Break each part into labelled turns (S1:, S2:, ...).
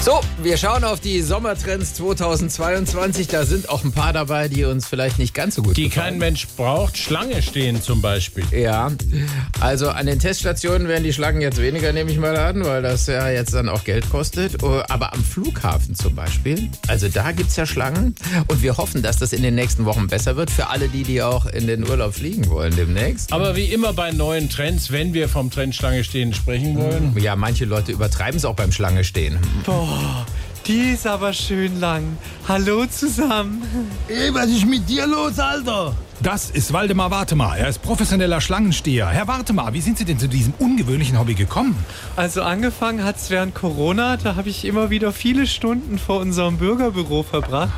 S1: So, wir schauen auf die Sommertrends 2022. Da sind auch ein paar dabei, die uns vielleicht nicht ganz so gut
S2: Die
S1: gefallen.
S2: kein Mensch braucht. Schlange stehen zum Beispiel.
S1: Ja, also an den Teststationen werden die Schlangen jetzt weniger, nehme ich mal an, weil das ja jetzt dann auch Geld kostet. Oh, Aber am Flughafen zum Beispiel, also da gibt's ja Schlangen. Und wir hoffen, dass das in den nächsten Wochen besser wird für alle die, die auch in den Urlaub fliegen wollen demnächst.
S2: Aber wie immer bei neuen Trends, wenn wir vom Trend Schlange stehen sprechen wollen.
S1: Ja, manche Leute übertreiben es auch beim Schlange stehen.
S3: Boah, Oh, die ist aber schön lang. Hallo zusammen.
S4: Ey, was ist mit dir los, Alter?
S5: Das ist Waldemar Wartemar. Er ist professioneller Schlangensteher. Herr Wartemar, wie sind Sie denn zu diesem ungewöhnlichen Hobby gekommen?
S3: Also angefangen hat's während Corona, da habe ich immer wieder viele Stunden vor unserem Bürgerbüro verbracht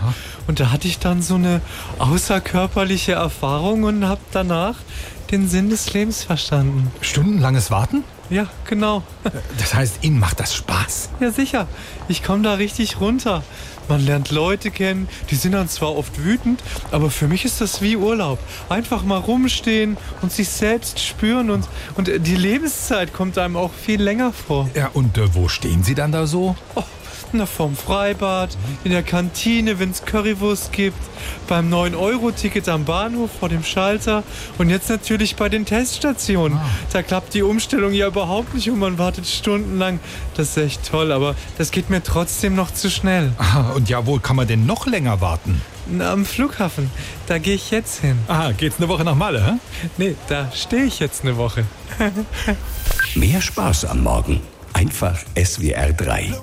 S3: und da hatte ich dann so eine außerkörperliche Erfahrung und habe danach den Sinn des Lebens verstanden.
S5: Stundenlanges Warten?
S3: Ja, genau.
S5: Das heißt, Ihnen macht das Spaß.
S3: Ja, sicher. Ich komme da richtig runter. Man lernt Leute kennen, die sind dann zwar oft wütend, aber für mich ist das wie Urlaub. Einfach mal rumstehen und sich selbst spüren und, und die Lebenszeit kommt einem auch viel länger vor.
S5: Ja, und äh, wo stehen Sie dann da so?
S3: Oh, na, vom Freibad, in der Kantine, wenn's Currywurst gibt, beim 9-Euro-Ticket am Bahnhof vor dem Schalter und jetzt natürlich bei den Teststationen. Da klappt die Umstellung ja überhaupt nicht und man wartet stundenlang. Das ist echt toll, aber das geht mir trotzdem noch zu schnell.
S5: Ah, Und ja, wo kann man denn noch länger warten?
S3: Na, am Flughafen, da gehe ich jetzt hin.
S5: Ah, geht's eine Woche nach Malle, hä?
S3: Nee, da stehe ich jetzt eine Woche.
S6: Mehr Spaß am Morgen. Einfach SWR 3.